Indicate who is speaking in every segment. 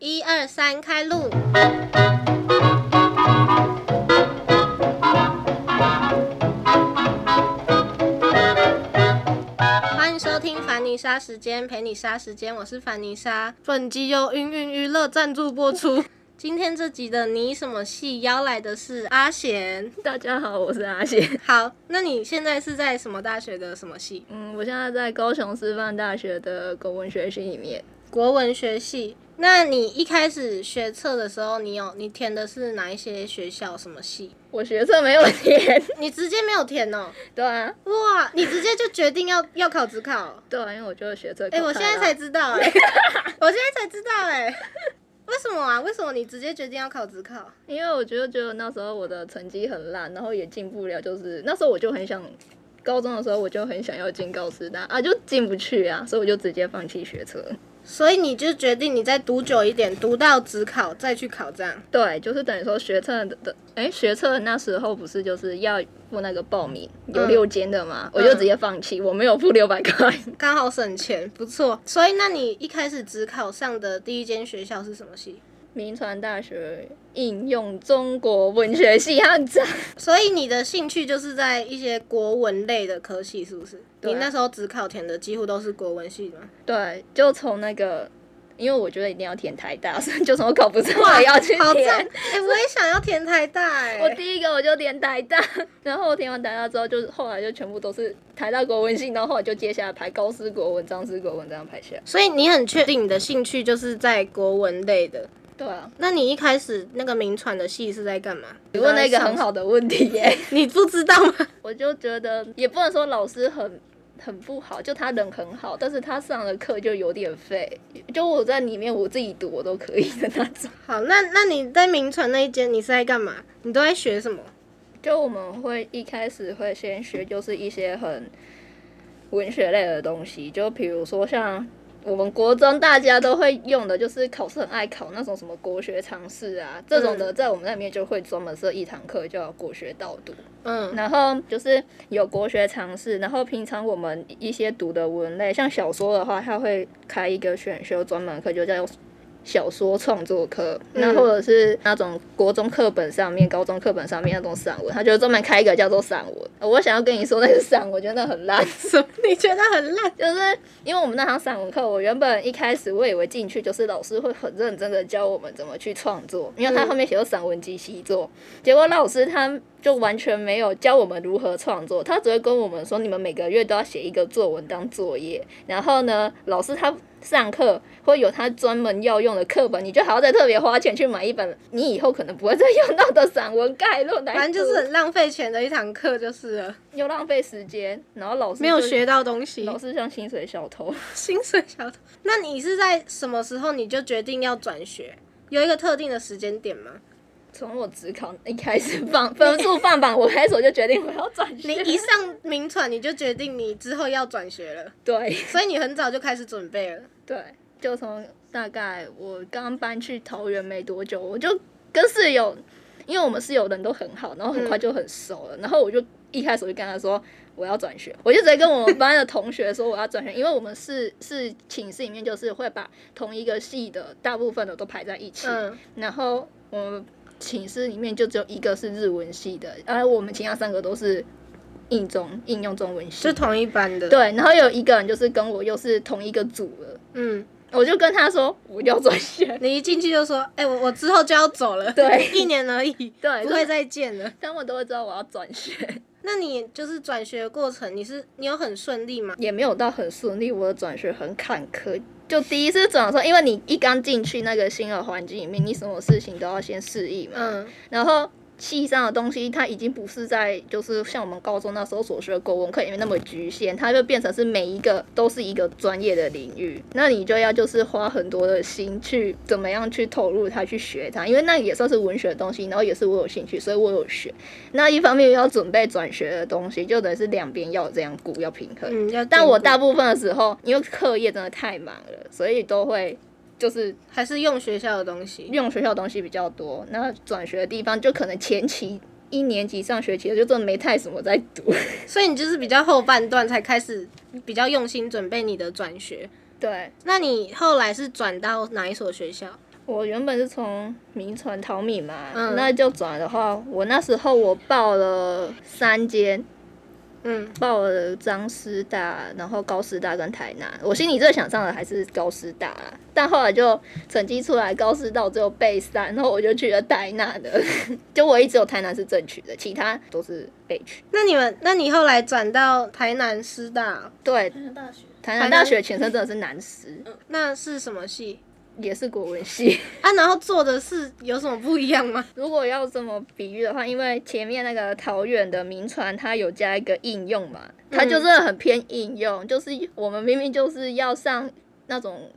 Speaker 1: 一二三，开路！欢迎收听凡妮莎时间，陪你杀时间，我是凡妮莎。本集由云云娱乐赞助播出。 今天这集的你什么戏邀来的是阿贤。
Speaker 2: 大家好，我是阿贤。
Speaker 1: 好，那你现在是在什么大学的什么系？
Speaker 2: 嗯，我现在在高雄师范大学的国文学系里面。
Speaker 1: 国文学系。那你一开始学测的时候，你有你填的是哪一些学校什么系？
Speaker 2: 我学测没有填，
Speaker 1: 你直接没有填哦、
Speaker 2: 对啊，
Speaker 1: 哇，你直接就决定要 要考职考哦？
Speaker 2: 对啊，因为我就是学测。
Speaker 1: 哎、我现在才，知道 哎、我现在才知道哎、为什么啊？为什么你直接决定要考职考？
Speaker 2: 因为我觉得觉得那时候我的成绩很烂，然后也进不了，就是那时候我就很想，高中的时候我就很想要进高师大啊，就进不去啊，所以我就直接放弃学测。
Speaker 1: 所以你就决定你再读久一点，读到职考再去考这样。
Speaker 2: 对，就是等于说学测的的，哎，学测那时候不是就是要付那个报名有
Speaker 1: 嗯
Speaker 2: 六间的嘛，我就直接放弃，我没有付六百块。
Speaker 1: 刚好省钱，不错。所以，那你一开始只考上的第一间学校是什么系？
Speaker 2: 民传大学应用中国文学系汉长，
Speaker 1: 所以你的兴趣就是在一些国文类的科系，是不是？
Speaker 2: 对
Speaker 1: 你
Speaker 2: 啊
Speaker 1: 那时候只考填的几乎都是国文系吗？
Speaker 2: 对，就从那个，因为我觉得一定要填台大，所以就从我考不上我要去
Speaker 1: 好赞！
Speaker 2: 填。
Speaker 1: 哎、我也想要填台大哎、
Speaker 2: 我第一个我就填台大， 然后我填完台大之后，就是后来就全部都是台大国文系，然后后来就接下来排高师国文、张师国文这样排下来。
Speaker 1: 所以你很确定你的兴趣就是在国文类的？
Speaker 2: 对啊，
Speaker 1: 那你一开始那个名传的系是在干嘛？
Speaker 2: 你问了一个很，好的问题耶、
Speaker 1: 你不知道吗？
Speaker 2: 我就觉得也不能说老师很很不好，就他人很好，但是他上的课就有点废，就我在里面我自己读我都可以的那种。
Speaker 1: 好，那那你在名传那一间你是在干嘛？你都在学什么？
Speaker 2: 就我们会一开始会先学，就是一些很文学类的东西，就比如说像我们国中大家都会用的，就是考试很爱考那种什么国学常识啊这种的，在我们那边就会专门设一堂课叫国学导读。
Speaker 1: 嗯
Speaker 2: 然后就是有国学常识，然后平常我们一些读的文类，像小说的话，它会开一个选修专门课，就叫小说创作课。
Speaker 1: 嗯
Speaker 2: 那或者是那种国中课本上面、高中课本上面那种散文，它就专门开一个叫做散文。呃我想要跟你说那个散文，我觉得那很烂。
Speaker 1: 什么？你觉得很烂？
Speaker 2: 就是因为我们那堂散文课，我原本一开始我以为进去就是老师会很认真的教我们怎么去创作，因为他后面写到散文及习作，结果老师他就完全没有教我们如何创作，他只会跟我们说你们每个月都要写一个作文当作业，然后呢，老师他。上课会有他专门要用的课本，你就还要再特别花钱去买一本你以后可能不会再用到的散文概论来读，
Speaker 1: 反正就是很浪费钱的一堂课，就是了，
Speaker 2: 又浪费时间，然后老师
Speaker 1: 没有
Speaker 2: 就
Speaker 1: 学，到东西。
Speaker 2: 老师像薪水小偷。
Speaker 1: 薪水小偷。那你是在什么时候你就决定要转学？有一个特定的时间点吗？
Speaker 2: 从我只考一开始放分数放榜，我开始我就决定我要转学。
Speaker 1: 你一上名传你就决定你之后要转学了，
Speaker 2: 对
Speaker 1: 所以你很早就开始准备了。
Speaker 2: 对，就从大概我刚搬去桃园没多久，我就跟室友，因为我们室友人都很好，然后
Speaker 1: 嗯
Speaker 2: 很快就很熟了，然后我就一开始我就跟他说我要转学，我就直接跟我们班的同学说我要转学， 因为我们是是寝室里面就是会把同一个系的大部分的都排在一起，
Speaker 1: 嗯，
Speaker 2: 然后我们寝室里面就只有一个是日文系的，而我们其他三个都是应中应用中文系
Speaker 1: 就。同一班的。，
Speaker 2: 对，然后有一个人就是跟我又是同一个组了，
Speaker 1: 嗯，
Speaker 2: 我就跟他说我要转学。
Speaker 1: 你一进去就说，哎、我我之后就要走了，
Speaker 2: 对
Speaker 1: 一年而已，
Speaker 2: 对
Speaker 1: 不会再见了。
Speaker 2: 他们都会知道我要转学，
Speaker 1: 那你就是转学的过程，你是你有很顺利吗？
Speaker 2: 也没有到很顺利，我的转学很坎坷。就第一次转的时候，因为你一刚进去那个新的环境里面，你什么事情都要先适应嘛。
Speaker 1: 嗯，
Speaker 2: 然后系上的东西，它已经不是在就是像我们高中那时候所学的国文课里面那么局限，它就变成是每一个都是一个专业的领域。那你就要就是花很多的心去怎么样去投入它去学它，因为那也算是文学的东西，然后也是我有兴趣，所以我有学。那一方面又要准备转学的东西，就等于是两边要有这样顾要平衡。
Speaker 1: 嗯，要
Speaker 2: 但我
Speaker 1: 兼
Speaker 2: 大
Speaker 1: 顾
Speaker 2: 部分的时候，因为课业真的太忙了，所以都会就是
Speaker 1: 还是用学校的东西。
Speaker 2: 用学校的东西比较多，那转学的地方就可能前期一年级上学期就真的没太什么在读。
Speaker 1: 所以你就是比较后半段才开始比较用心准备你的转学。
Speaker 2: 对，
Speaker 1: 那你后来是转到哪一所学校？
Speaker 2: 我原本是从民传淘米嘛，
Speaker 1: 嗯
Speaker 2: 那就转的话，我那时候我报了三间，
Speaker 1: 嗯，
Speaker 2: 报了彰师大，然后高师大跟台南。我心里最想上的还是高师大啦，但后来就成绩出来，高师大我只有背三，然后我就去了台南的， 就我一直有台南是正取的，其他都是被取。
Speaker 1: 那你们，那你后来转到台南师大，
Speaker 2: 对，
Speaker 3: 台南大学，
Speaker 1: 台
Speaker 2: 台
Speaker 1: 南
Speaker 2: 南大学前身真的是南师，
Speaker 1: 那是什么系
Speaker 2: 也是国文系。
Speaker 1: 啊？然后做的是有什么不一样吗？
Speaker 2: 如果要这么比喻的话，因为前面那个桃园的名传，它有加一个应用嘛，它就是很偏应用，就是我们明明就是要上那种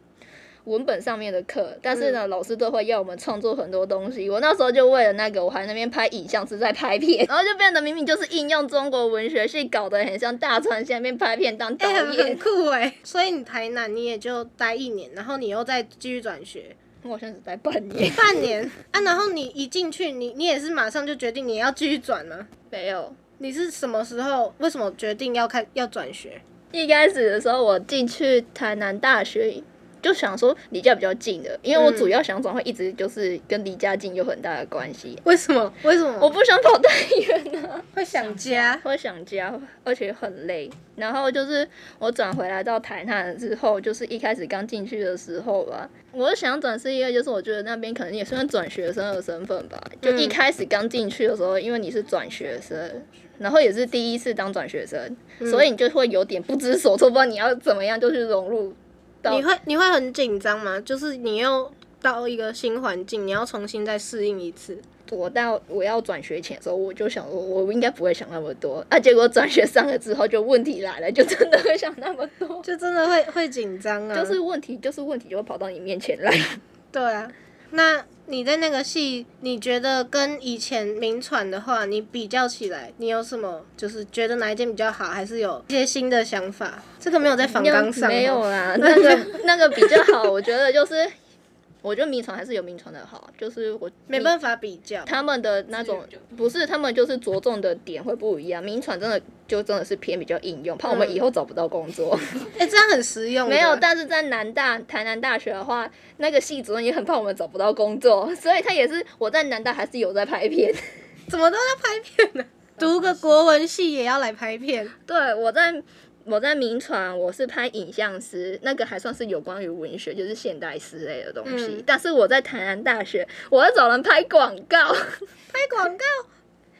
Speaker 2: 文本上面的课，但是呢，老师都会要我们创作很多东西。我那时候就为了那个，我还那边拍影像是在拍片，然后就变得明明就是应用中国文学系，搞得很像大川下面拍片当 导
Speaker 1: 哎、很
Speaker 2: 演
Speaker 1: 很。酷哎、所以你台南你也就待一年，然后你又再继续转学
Speaker 2: 我好像只待半年，
Speaker 1: 半年啊，然后你一进去，你你也是马上就决定你要继续转吗？
Speaker 2: 没有。
Speaker 1: 你是什么时候？为什么决定要开要转学？
Speaker 2: 一开始的时候，我进去台南大学，就想说离家比较近的，因为我主要想转会一直就是跟离家近有很大的关系。
Speaker 1: 为什么？为什么？
Speaker 2: 我不想跑太远啊，
Speaker 1: 会想家。
Speaker 2: 我想家，而且很累。然后就是我转回来到台南之后，就是一开始刚进去的时候吧，我想转是因为就是我觉得那边可能也算转学生的身份吧。就一开始刚进去的时候，因为你是转学生，然后也是第一次当转学生，所以你就会有点不知所措，不知道你要怎么样就去融入到
Speaker 1: 你会你会很紧张吗？就是你又到一个新环境，你要重新再适应一次。
Speaker 2: 我到我要转学前的时候，我就想说，我应该不会想那么多啊。结果转学上了之后，就问题来了，就真的会想那么多。
Speaker 1: 就真的会会紧张啊。
Speaker 2: 就是问题，就是问题就会跑到你面前 来。
Speaker 1: 对啊，那你在那个戏，你觉得跟以前名传的话，你比较起来，你有什么就是觉得哪一件比较好，还是有一些新的想法？这个没有在仿纲上哦，
Speaker 2: 没有啊啦，那个 那个比较好，我觉得就是，我觉得民传还是有民传的好，就是我
Speaker 1: 没办法比较。
Speaker 2: 他们的那种
Speaker 3: 资源就
Speaker 2: 不是他们就是着重的点会不一样。民传真的就真的是偏比较应用，怕我们以后找不到工 作。
Speaker 1: 哎、这样很实用的。
Speaker 2: 没有，但是在南大台南大学的话，那个系主任也很怕我们找不到工作，所以他也是我在南大还是有在拍片。
Speaker 1: 怎么都要拍片呢、读个国文系也要来拍片，
Speaker 2: 对，我在我在民传，我是拍影像师，那个还算是有关于文学，就是现代诗类的东西。
Speaker 1: 嗯
Speaker 2: 但是我在台南大学，我要找人拍广告，
Speaker 1: 拍广告，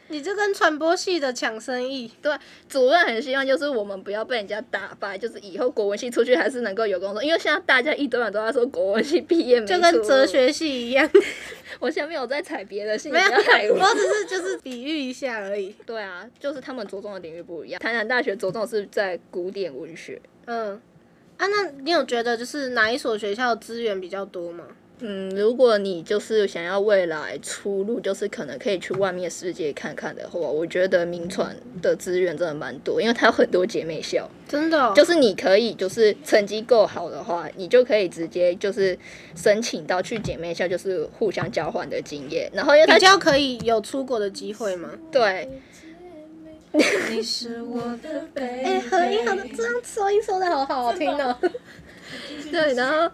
Speaker 1: 你就跟传播系的抢生意。
Speaker 2: 对，主任很希望就是我们不要被人家打败，就是以后国文系出去还是能够有工作，因为现在大家一堆人都在说国文系毕业没
Speaker 1: 就跟
Speaker 2: 出路
Speaker 1: 哲，学系一样，
Speaker 2: 我现在没有在踩别的系，
Speaker 1: 没有，
Speaker 2: 不要踩我
Speaker 1: 我只是就是比喻一下而已。
Speaker 2: 对啊，就是他们着重的领域不一样。台南大学着重是在古典文学，
Speaker 1: 嗯，啊，那你有觉得就是哪一所学校的资源比较多吗？
Speaker 2: 嗯，如果你就是想要未来出路，就是可能可以去外面世界看看的话，我觉得民传的资源真的蛮多，因为它有很多姐妹校，
Speaker 1: 真的、哦，
Speaker 2: 就是你可以就是成绩够好的话，你就可以直接就是申请到去姐妹校，就是互相交换的经验。然后因为它
Speaker 1: 比较可以有出国的机会吗？
Speaker 2: 对，
Speaker 3: 你是我的背
Speaker 1: 哎、合音合的这样收音收的好好听哦。
Speaker 2: 对，然后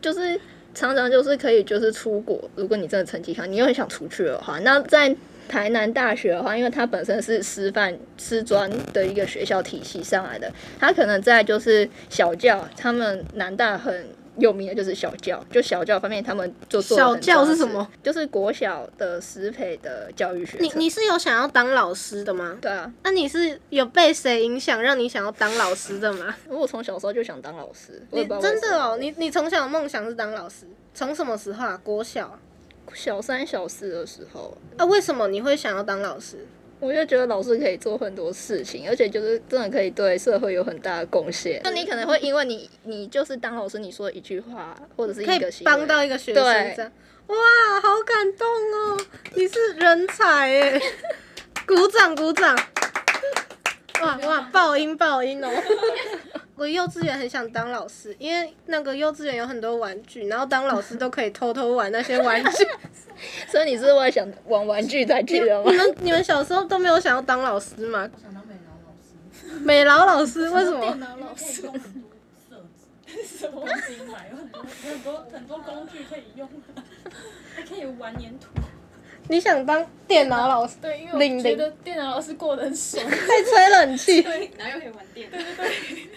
Speaker 2: 就是常常就是可以就是出国，如果你真的成绩好，你又很想出去的话，那在台南大学的话，因为它本身是师范师专的一个学校体系上来的，它可能在就是小教，他们南大很。有名的就是小教，就小教方面，他们就做了很多
Speaker 1: 小教是什
Speaker 2: 事
Speaker 1: 么？
Speaker 2: 就是国小的师培的教育学
Speaker 1: 你
Speaker 2: 程。
Speaker 1: 你是有想要当老师的吗？
Speaker 2: 对啊，
Speaker 1: 那、你是有被谁影响让你想要当老师的吗？
Speaker 2: 我从小时候就想当老师，我也
Speaker 1: 你
Speaker 2: 不知道为
Speaker 1: 真
Speaker 2: 什
Speaker 1: 的
Speaker 2: 么
Speaker 1: 哦，你你从小的梦想是当老师，从什么时候啊？国小啊
Speaker 2: 小三小四的时候，
Speaker 1: 啊？为什么你会想要当老师？
Speaker 2: 我就觉得老师可以做很多事情，而且就是真的可以对社会有很大的贡献。那你可能会因为你你就是当老师，你说一句话或者是
Speaker 1: 可
Speaker 2: 一
Speaker 1: 以
Speaker 2: 个行为
Speaker 1: 帮到一个学生
Speaker 2: 对
Speaker 1: 这样，哇，好感动哦！你是人才耶， 鼓掌鼓掌！ 哇哇，爆音爆音哦！ 我幼稚园很想当老师，因为那个幼稚园有很多玩具，然后当老师都可以偷偷玩那些玩具。
Speaker 2: 所以你是为了想玩玩具才去的吗
Speaker 1: 你？们你们小时候都没有想要当老师吗？
Speaker 3: 想当美劳老师，
Speaker 1: 美劳老师为什么
Speaker 3: 电？脑老师，设置什么我自己买，有很多有很多很多工具可以用，还可以玩粘土。
Speaker 1: 你想当电脑老师，
Speaker 4: 对，因为
Speaker 1: 零
Speaker 4: 我觉得电脑老师过得很爽，
Speaker 1: 会吹冷气，
Speaker 3: 对，然后又可以玩电脑，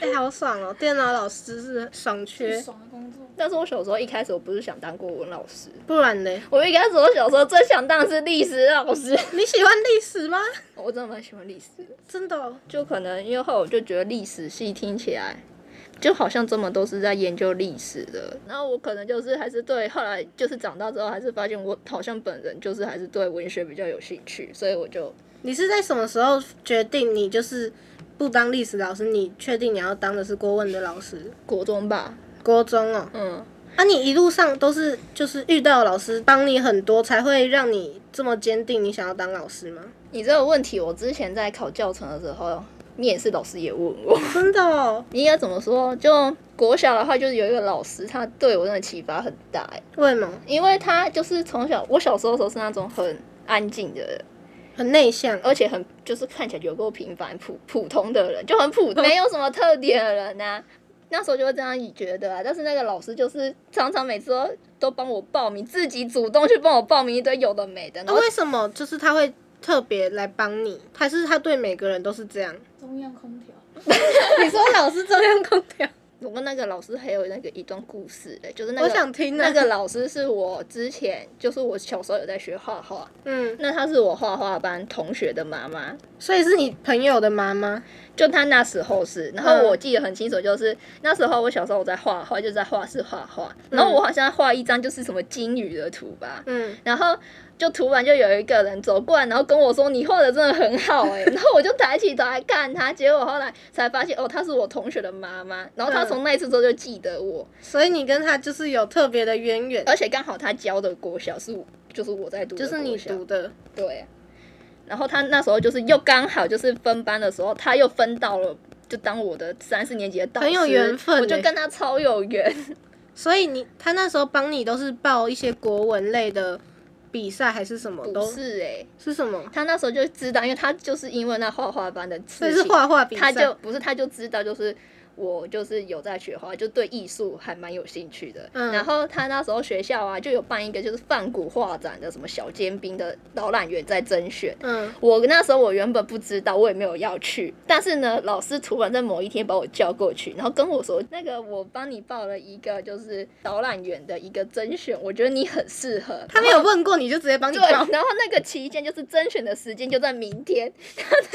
Speaker 1: 哎、好爽哦！电脑老师是爽缺，
Speaker 4: 爽的工作。
Speaker 2: 但是我小时候一开始我不是想当国文老师，
Speaker 1: 不然呢？
Speaker 2: 我一开始我小时候最想当的是历史老 师，
Speaker 1: 你喜欢历史吗？
Speaker 2: 我真的蛮喜欢历史的。
Speaker 1: 真的、哦，
Speaker 2: 就可能因为后来我就觉得历史系听起来就好像这么都是在研究历史的，然后我可能就是还是对后来就是长大之后还是发现我好像本人就是还是对文学比较有兴趣，所以我就
Speaker 1: 你是在什么时候决定你就是不当历史老师？你确定你要当的是国文的老师？
Speaker 2: 国中吧，
Speaker 1: 国中哦，
Speaker 2: 嗯，
Speaker 1: 啊，你一路上都是就是遇到老师帮你很多，才会让你这么坚定你想要当老师吗？
Speaker 2: 你这个问题我之前在考教程的时候。面试老师也问我，
Speaker 1: 真的哦，
Speaker 2: 应该怎么说？就国小的话，就是有一个老师，他对我真的启发很大、欸，
Speaker 1: 为什么？
Speaker 2: 因为他就是从小，我小时候的时候是那种很安静的人，
Speaker 1: 很内向，
Speaker 2: 而且很就是看起来有够平凡普普通的人，就很普没有什么特点的人呐、那时候就会这样觉得啊，但是那个老师就是常常每次都都帮我报名，自己主动去帮我报名一堆有的没的，
Speaker 1: 那、
Speaker 2: 然后
Speaker 1: 为什么就是他会特别来帮你？还是他对每个人都是这样？
Speaker 4: 中央空调，
Speaker 1: 你说老师中央空调，
Speaker 2: 我跟那个老师还有那个一段故事嘞，就是那
Speaker 1: 我
Speaker 2: 个
Speaker 1: 想听啊
Speaker 2: 那个老师是我之前就是我小时候有在学画画，
Speaker 1: 嗯，
Speaker 2: 那她是我画画班同学的妈妈，
Speaker 1: 所以是你朋友的妈妈，
Speaker 2: 就他那时候是，然后
Speaker 1: 嗯
Speaker 2: 我记得很清楚，就是、那时候我小时候我在画画，就是在画室画画，然后我好像画一张就是什么金鱼的图吧，
Speaker 1: 嗯，
Speaker 2: 然后就突然就有一个人走过来，然后跟我说你画的真的很好 哎、然后我就抬起头来看他，结果后来才发现哦，她是我同学的妈妈，然后她
Speaker 1: 嗯
Speaker 2: 从那一次之后就记得我，
Speaker 1: 所以你跟他就是有特别的渊源，
Speaker 2: 而且刚好她教的国小是我就是我在读的
Speaker 1: 就
Speaker 2: 国小，
Speaker 1: 是你读的，
Speaker 2: 对，然后他那时候就是又刚好就是分班的时候，他又分到了，就当我的三四年级的导师，
Speaker 1: 很有缘分
Speaker 2: 我就
Speaker 1: 欸
Speaker 2: 跟他超有缘。
Speaker 1: 所以你他那时候帮你都是报一些国文类的比赛还是什么，
Speaker 2: 不
Speaker 1: 都
Speaker 2: 是哎、
Speaker 1: 是什么？
Speaker 2: 他那时候就知道，因为他就是因为那画画班的
Speaker 1: 所以
Speaker 2: 事
Speaker 1: 是
Speaker 2: 情，
Speaker 1: 画画比
Speaker 2: 他
Speaker 1: 赛，
Speaker 2: 就不是他就知道就是。我就是有在学画，就对艺术还蛮有兴趣的。
Speaker 1: 嗯
Speaker 2: 然后他那时候学校啊，就有办一个就是泛古画展的什么小尖兵的导览员在甄选，
Speaker 1: 嗯，
Speaker 2: 我那时候我原本不知道，我也没有要去，但是呢，老师突然在某一天把我叫过去，然后跟我说，那个我帮你报了一个就是导览员的一个甄选，我觉得你很适合。
Speaker 1: 他没有问过你就直接帮你
Speaker 2: 对，
Speaker 1: 报，
Speaker 2: 然后那个期间就是甄选的时间就在明天，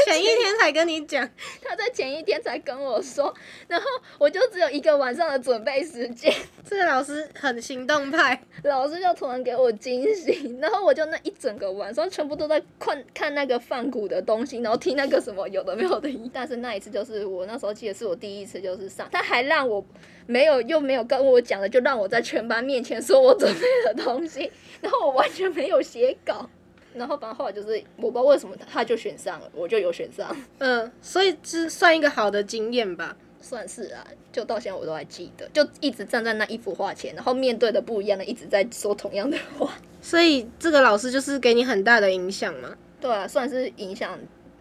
Speaker 1: 前一天才跟你讲，
Speaker 2: 他在前一天才跟我说，然后我就只有一个晚上的准备时间，
Speaker 1: 这个老师很行动派，
Speaker 2: 老师就突然给我惊喜，然后我就那一整个晚上全部都在看看那个泛古的东西，然后听那个什么有的没有的。但是那一次就是我那时候记得是我第一次就是上，他还让我没有又没有跟我讲的，就让我在全班面前说我准备的东西，然后我完全没有写稿。然后反正后来就是我不知道为什么他就选上了，我就有选上，
Speaker 1: 嗯，所以是算一个好的经验吧。
Speaker 2: 算是啊，就到现在我都还记得，就一直站在那一幅画前，然后面对的不一样的一直在说同样的话。
Speaker 1: 所以这个老师就是给你很大的影响嘛，
Speaker 2: 对啊，算是影响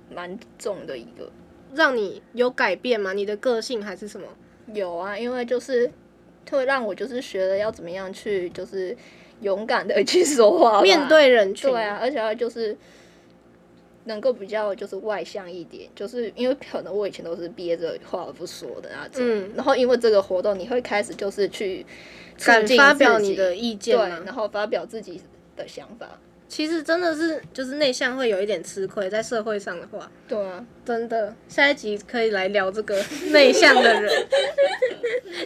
Speaker 2: 蛮重的一个。
Speaker 1: 让你有改变嘛，你的个性还是什么？
Speaker 2: 有啊，因为就是会让我就是学了要怎么样去就是勇敢的去说话吧，
Speaker 1: 面对人群，
Speaker 2: 对啊，，而且还有就是能够比较就是外向一点，就是因为可能我以前都是憋着话而不说的那种，
Speaker 1: 嗯
Speaker 2: 然后因为这个活动，你会开始就是去促
Speaker 1: 敢
Speaker 2: 进
Speaker 1: 发
Speaker 2: 自
Speaker 1: 表
Speaker 2: 己
Speaker 1: 你的意见
Speaker 2: 对，
Speaker 1: 嘛
Speaker 2: 然。后发表自己的想法，
Speaker 1: 其实真的是就是内向会有一点吃亏，在社会上的话，
Speaker 2: 对 啊，
Speaker 1: 真的。下一集可以来聊这个内向的人。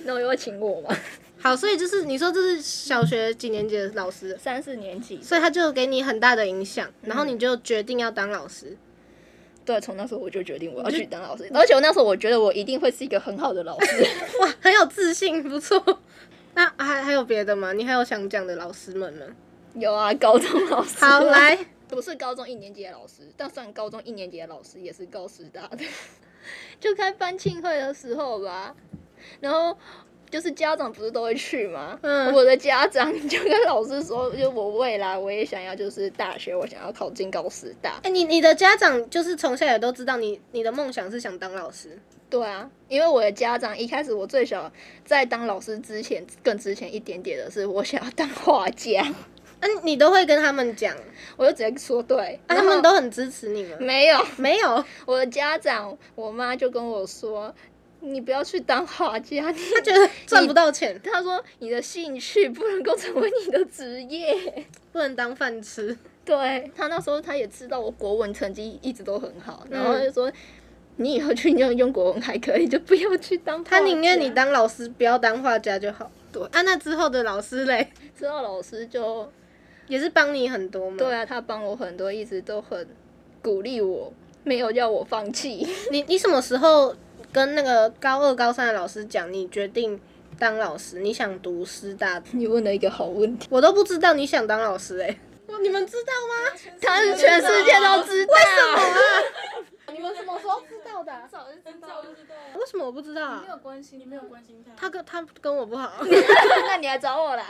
Speaker 2: 那有请我嘛，
Speaker 1: 好，所以就是你说这是小学几年级的老师，
Speaker 2: 三四年级，
Speaker 1: 所以他就给你很大的影响，然后你就决定要当老师。
Speaker 2: 对，从那时候我就决定我要去当老师，而且我那时候我觉得我一定会是一个很好的老师。
Speaker 1: 嗯哇，很有自信，不错。那还还有别的吗？你还有想讲的老师们吗？
Speaker 2: 有啊，高中老师。
Speaker 1: 好，来，
Speaker 2: 不是高中一年级的老师，但算高中一年级的老师也是高师大的， 就开班庆会的时候吧，然后。就是家长不是都会去吗？
Speaker 1: 嗯
Speaker 2: 我的家长就跟老师说，就我未来我也想要，就是大学我想要考进高师大
Speaker 1: 哎、。你你的家长就是从小也都知道你你的梦想是想当老师，
Speaker 2: 对啊，因为我的家长一开始我最小在当老师之前，更之前一点点的是我想要当画家，
Speaker 1: 嗯、你都会跟他们讲，
Speaker 2: 我就直接说对，
Speaker 1: 啊、他
Speaker 2: 然后
Speaker 1: 们都很支持你吗？
Speaker 2: 没有。
Speaker 1: 没有，
Speaker 2: 我的家长，我妈就跟我说，你不要去当画家， 你
Speaker 1: 他觉得赚不到钱，
Speaker 2: 他说你的兴趣不能够成为你的职业。
Speaker 1: 不能当饭吃。
Speaker 2: 对他那时候他也知道我国文成绩一直都很好，然后
Speaker 1: 嗯
Speaker 2: 就说、你以后去用用国文还可以，就不要去当
Speaker 1: 他
Speaker 2: 画
Speaker 1: 宁愿
Speaker 2: 家
Speaker 1: 你 当老师，不要当画家就好。
Speaker 2: 对
Speaker 1: 啊，那之后的老师嘞，
Speaker 2: 之后老师就
Speaker 1: 也是帮你很多嘛。
Speaker 2: 对啊，他帮我很多，一直都很鼓励我，没有要我放弃。
Speaker 1: 你你什么时候跟那个高二、高三的老师讲，你决定当老师，你想读师大？
Speaker 2: 你问了一个好问题，
Speaker 1: 我都不知道你想当老师哎、哇你们知道吗？
Speaker 2: 他是全世界都知道。
Speaker 4: 你们什么时候知道的啊？早就知
Speaker 3: 很早就知道了，
Speaker 1: 为什么我不知道、
Speaker 4: 没有
Speaker 1: 啊？
Speaker 4: 关系，
Speaker 3: 你没有关心他。
Speaker 1: 他跟他跟我不好。
Speaker 2: 那你来找我来。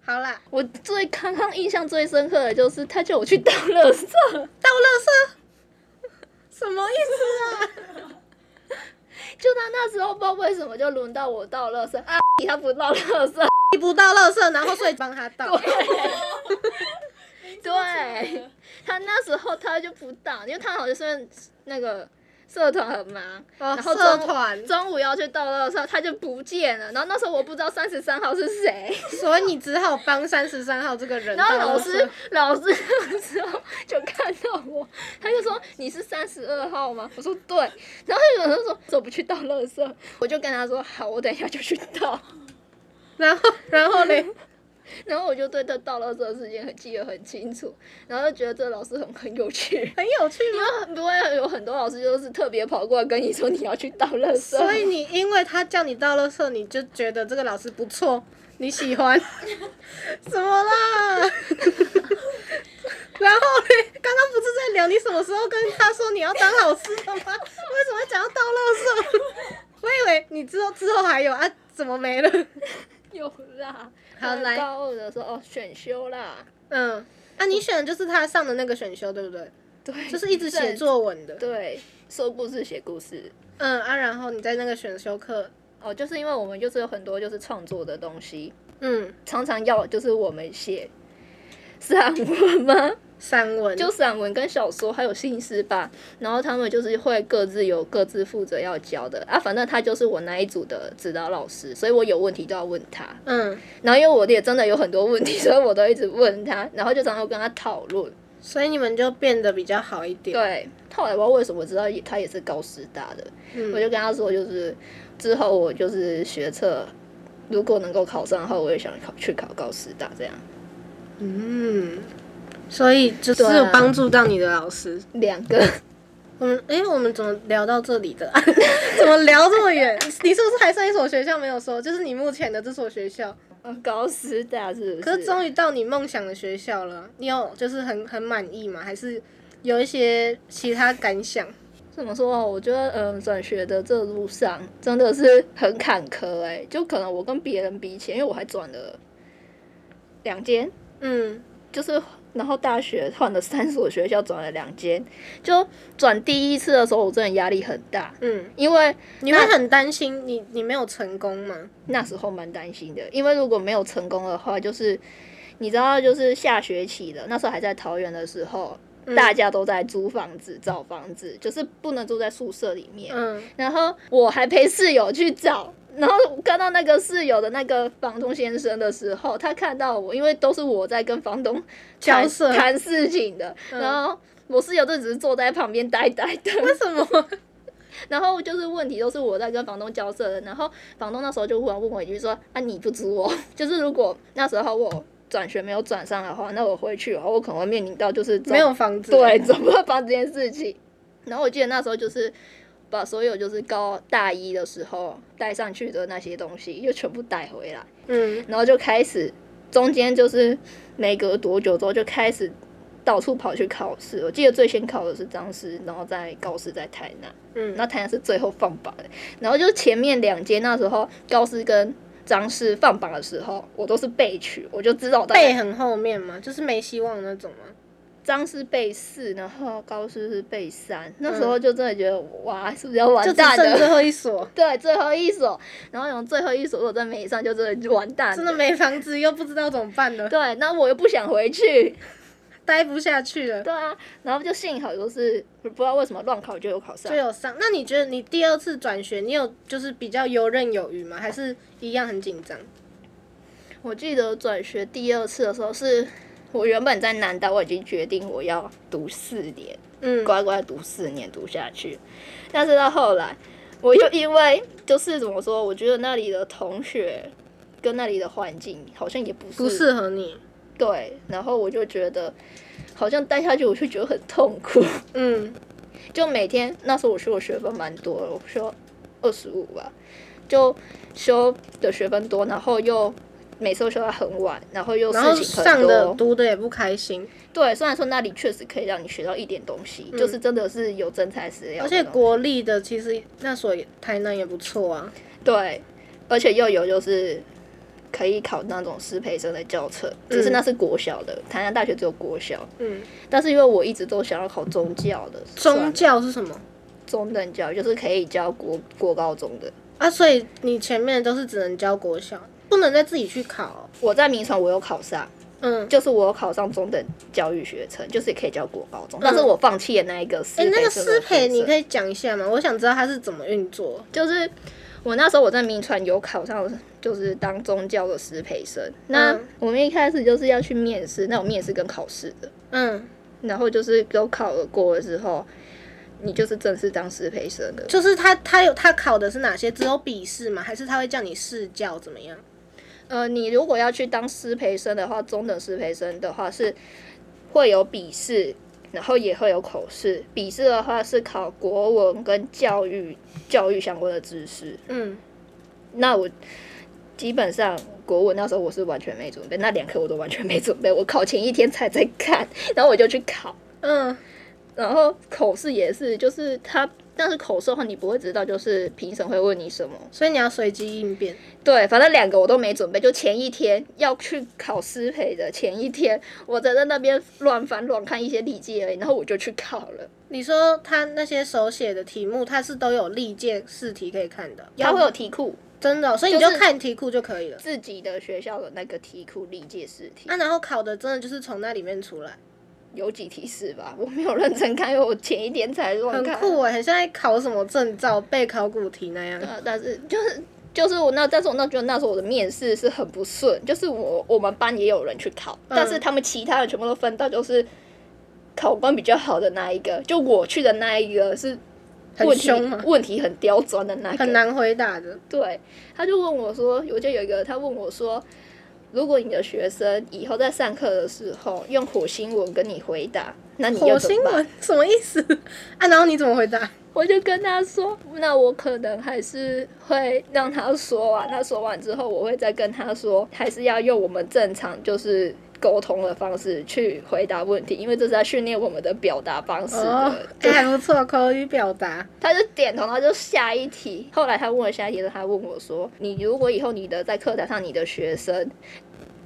Speaker 1: 好啦，
Speaker 2: 我最刚刚印象最深刻的就是他叫我去倒垃圾，
Speaker 1: 倒垃圾，什么意思啊？
Speaker 2: 就他那时候不知道为什么就轮到我倒垃圾啊，他不倒垃圾，
Speaker 1: 你不倒垃圾，然后所以帮他倒。哦
Speaker 2: 对，他那时候他就不倒，因为他好像是那个社团很忙，
Speaker 1: 哦
Speaker 2: 然后
Speaker 1: 社
Speaker 2: 中午
Speaker 1: 团
Speaker 2: 中午要去倒垃圾，他就不见了，然后那时候我不知道三十三号是谁，
Speaker 1: 所以你只好帮三十三号这个人。
Speaker 2: 然后老师，老师那时候就看到我，他就说你是三十二号吗？我说对，然后有人说走不去倒垃圾，我就跟他说好，我等一下就去倒。
Speaker 1: 然后然后嘞，
Speaker 2: 然后我就对这倒垃圾的事情很记得很清楚，然后就觉得这老师很很有趣。
Speaker 1: 很有趣吗？
Speaker 2: 因为不会有很多老师就是特别跑过来跟你说你要去倒垃圾，
Speaker 1: 所以你因为他叫你倒垃圾，你就觉得这个老师不错，你喜欢， 怎么啦？ 然后嘞，刚刚不是在聊你什么时候跟他说你要当老师的吗？为什么会讲要倒垃圾？ 我以为你之后之后还有啊，怎么没了？
Speaker 2: 有啦。
Speaker 1: 好来
Speaker 2: 高二的时候哦，选修啦，
Speaker 1: 嗯，啊，你选的就是他上的那个选修，对不对？
Speaker 2: 对，
Speaker 1: 就是一直写作文的。
Speaker 2: 对，说故事写故事。
Speaker 1: 嗯啊，然后你在那个选修课，
Speaker 2: 哦，就是因为我们就是有很多就是创作的东西，
Speaker 1: 嗯，
Speaker 2: 常常要就是我们写散文吗？
Speaker 1: 散文
Speaker 2: 就散文跟小说还有新诗吧，然后他们就是会各自有各自负责要教的啊，反正他就是我那一组的指导老师，所以我有问题都要问他。
Speaker 1: 嗯，
Speaker 2: 然后因为我也真的有很多问题，所 以我都一直问他，然后就常常跟他讨论。
Speaker 1: 所以你们就变得比较好一点。
Speaker 2: 对，后来我不知道为什么知道也他也是高师大的，
Speaker 1: 嗯
Speaker 2: 我就跟他说，就是之后我就是学测，如果能够考上的话，我也想考去考高师大，这样
Speaker 1: 嗯，所以就是
Speaker 2: 对啊
Speaker 1: 有帮助到你的老师。
Speaker 2: 两个
Speaker 1: 我们哎、我们怎么聊到这里的、啊？ 怎么聊这么远？你是不是还剩一所学校没有说？就是你目前的这所学校，
Speaker 2: 呃高师大是不是？
Speaker 1: 可是终于到你梦想的学校了。你有就是很很满意吗？还是有一些其他感想？
Speaker 2: 怎么说啊？我觉得嗯，转学的这路上真的是很坎坷哎、就可能我跟别人比起来，因为我还转了两间，
Speaker 1: 嗯，
Speaker 2: 就是然后大学换了三所学校，转了两间。就转第一次的时候，我真的压力很大，
Speaker 1: 嗯，
Speaker 2: 因为
Speaker 1: 你会很担心你你没有成功吗？
Speaker 2: 那时候蛮担心的，因为如果没有成功的话，就是你知道，就是下学期的那时候还在桃园的时候，大家都在租房子、找房子，就是不能住在宿舍里面。
Speaker 1: 嗯，
Speaker 2: 然后我还陪室友去找，然后我看到那个室友的那个房东先生的时候，他看到我，因为都是我在跟 房东
Speaker 1: 交
Speaker 2: 谈
Speaker 1: 涉
Speaker 2: 谈事情的，
Speaker 1: 嗯
Speaker 2: 然后我室友就只是坐在旁边呆呆 的，
Speaker 1: 为什么？
Speaker 2: 然后就是问题都是我在跟房东交涉的，然后房东那时候就忽然问我一句说：“啊，你不租我？” 就是如果那时候我转学没有转上的话，那我回去的话，我可能会面临到就是找
Speaker 1: 没有房子？
Speaker 2: 对，怎么办这件事情？然后我记得那时候就是把所有就是高大一的时候带上去的那些东西又全部带回来，
Speaker 1: 嗯，
Speaker 2: 然后就开始中间就是没隔多久之后就开始到处跑去考试。我记得最先考的是张师，然后再高师在台南，
Speaker 1: 嗯
Speaker 2: 然后台南是最后放榜的。然后就是前面两届那时候高师跟张师放榜的时候，我都是备取，我就知道我大概
Speaker 1: 背很后面嘛，就是没希望那种吗？
Speaker 2: 张是背四，然后高师是背三，那时候就真的觉得哇，是不是要完
Speaker 1: 嗯就只
Speaker 2: 蛋
Speaker 1: 剩最
Speaker 2: 了？
Speaker 1: 后一所，
Speaker 2: 对，最后一所，然后用最后一所，如果真没上，就真的完蛋了。
Speaker 1: 真的没房子，又不知道怎么办了，
Speaker 2: 对，那我又不想回去，
Speaker 1: 待不下去了，
Speaker 2: 对啊，然后就幸好就是不知道为什么乱考就有考上
Speaker 1: 就，有上。那你觉得你第二次转学，你有就是比较游刃有余吗？还是一样很紧
Speaker 2: 嗯
Speaker 1: 张？
Speaker 2: 我记得转学第二次的时候是。我原本在南岛，我已经决定我要读四年，
Speaker 1: 嗯，
Speaker 2: 乖乖读四年读下去。但是到后来，我又因为就是怎么说，我觉得那里的同学跟那里的环境好像也不是
Speaker 1: 不适合你。
Speaker 2: 对，然后我就觉得好像待下去，我就觉得很痛苦。
Speaker 1: 嗯，
Speaker 2: 就每天那时候我修的学分蛮多的，我修二十五吧，就修的学分多，然后又每次都修到很晚，然后又事
Speaker 1: 然后
Speaker 2: 情
Speaker 1: 上
Speaker 2: 很
Speaker 1: 的
Speaker 2: 多。
Speaker 1: 读的也不开心，
Speaker 2: 对，虽然说那里确实可以让你学到一点东西，就是真的是有真材实
Speaker 1: 嗯
Speaker 2: 料
Speaker 1: 而
Speaker 2: 的东
Speaker 1: 且
Speaker 2: 西，
Speaker 1: 国立的其实那所也台南也不错啊。
Speaker 2: 对，而且又有就是可以考那种师培生的教程，只是那是国小的，台南大学只有国小，
Speaker 1: 嗯，
Speaker 2: 但是因为我一直都想要考宗教的，
Speaker 1: 宗
Speaker 2: 算
Speaker 1: 教是什么
Speaker 2: 中等教育，就是可以教国国高中的。
Speaker 1: 啊？所以你前面都是只能教国小，不能再自己去考哦、
Speaker 2: 我在民传我有考上，
Speaker 1: 嗯，
Speaker 2: 就是我有考上中等教育学程，就是可以教国高中，但是我放弃了那一个师
Speaker 1: 哎、
Speaker 2: 培
Speaker 1: 嗯那个
Speaker 2: 生
Speaker 1: 师
Speaker 2: 的
Speaker 1: 培
Speaker 2: 学
Speaker 1: 你
Speaker 2: 程
Speaker 1: 可以讲一下吗？我想知道它是怎么运作。
Speaker 2: 就是我那时候我在民传有考上，就是当宗教的师培生。那
Speaker 1: 嗯
Speaker 2: 我们一开始就是要去面试，那种面试跟考试的，
Speaker 1: 嗯，
Speaker 2: 然后就是都考了过了之后，你就是正式当师培生的。
Speaker 1: 就是他他有他考的是哪些？只有笔试吗？还是他会叫你试教怎么样？
Speaker 2: 呃，你如果要去当师培生的话，中等师培生的话是会有笔试，然后也会有口试。笔试的话是考国文跟教育教育相关的知识。
Speaker 1: 嗯，
Speaker 2: 那我基本上国文那时候我是完全没准备，那两科我都完全没准备，我考前一天才在看，然后我就去考。
Speaker 1: 嗯，
Speaker 2: 然后口试也是，就是他，但是口试的话你不会知道，就是评审会问你什么。
Speaker 1: 所以你要随机应变。
Speaker 2: 对，反正两个我都没准备，就前一天要去考师培的前一天，我在那边乱翻乱看一些历届而已，然后我就去考了。
Speaker 1: 你说他那些手写的题目，他是都有历届试题可以看的，
Speaker 2: 它会有题库，
Speaker 1: 真的哦、所以你就
Speaker 2: 就是
Speaker 1: 看题库就可以了。
Speaker 2: 自己的学校的那个题库历届试题，
Speaker 1: 啊，然后考的真的就是从那里面出来，
Speaker 2: 有几题是吧？我没有认真看，因为我前一天才乱
Speaker 1: 很
Speaker 2: 看。
Speaker 1: 酷哎、很像在考什么证照、背考古题那样。
Speaker 2: 呃，但是就是就是我那，但是我那觉得那时候我的面试是很不顺，就是我我们班也有人去考，
Speaker 1: 嗯
Speaker 2: 但是他们其他人全部都分到就是考官比较好的那一个，就我去的那一个是
Speaker 1: 很
Speaker 2: 问题
Speaker 1: 凶吗
Speaker 2: 问题很刁钻的那一个，
Speaker 1: 很难回答的，
Speaker 2: 对，他就问我说，我就有一个他问我说，如果你的学生以后在上课的时候用火星文跟你回答，那你
Speaker 1: 火
Speaker 2: 要怎
Speaker 1: 星
Speaker 2: 么办？
Speaker 1: 文什么意思啊？然后你怎么回答？
Speaker 2: 我就跟他说，那我可能还是会让他说完。那说完之后，我会再跟他说，还是要用我们正常就是沟通的方式去回答问题，因为这是在训练我们的表达方式的。
Speaker 1: 哦， 哎、还不错，口语表达。
Speaker 2: 他就点头，然后就下一题。后来他问我下一题的时候，他问我说：“你如果以后你的在课堂上你的学生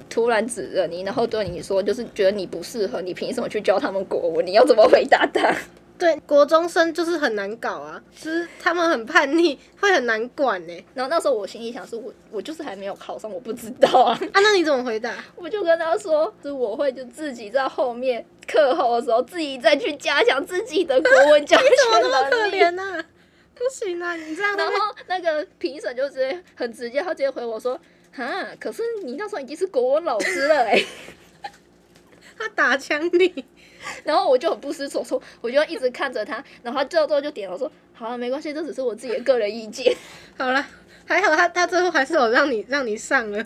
Speaker 2: 突然指着你，然后对你说，就是觉得你不适合，你凭什么去教他们国文？你要怎么回答他？”
Speaker 1: 对，国中生就是很难搞啊，就是他们很叛逆，会很难管欸呢、
Speaker 2: 然后那时候我心里想说，我我就是还没有考上，我不知道啊。
Speaker 1: 啊，那你怎么回 答？
Speaker 2: 我就跟他说，就是我会就自己在后面课后的时候，自己再去加强自己的国文教学
Speaker 1: 怎么那么可
Speaker 2: 能力。
Speaker 1: 怜啊呐、 不行啊，你这 样
Speaker 2: 然
Speaker 1: 会
Speaker 2: 后那个评审就直接很直接，他直接回我说：“哈，可是你那时候已经是国文老师了哎、
Speaker 1: 他打枪你。
Speaker 2: 然后我就很不知所措，我就一直看着他，然后他最后就点头说：“好啊了、没关系，这只是我自己的个人意见。
Speaker 1: 好了，还好他他最后还是有让你让你上了。”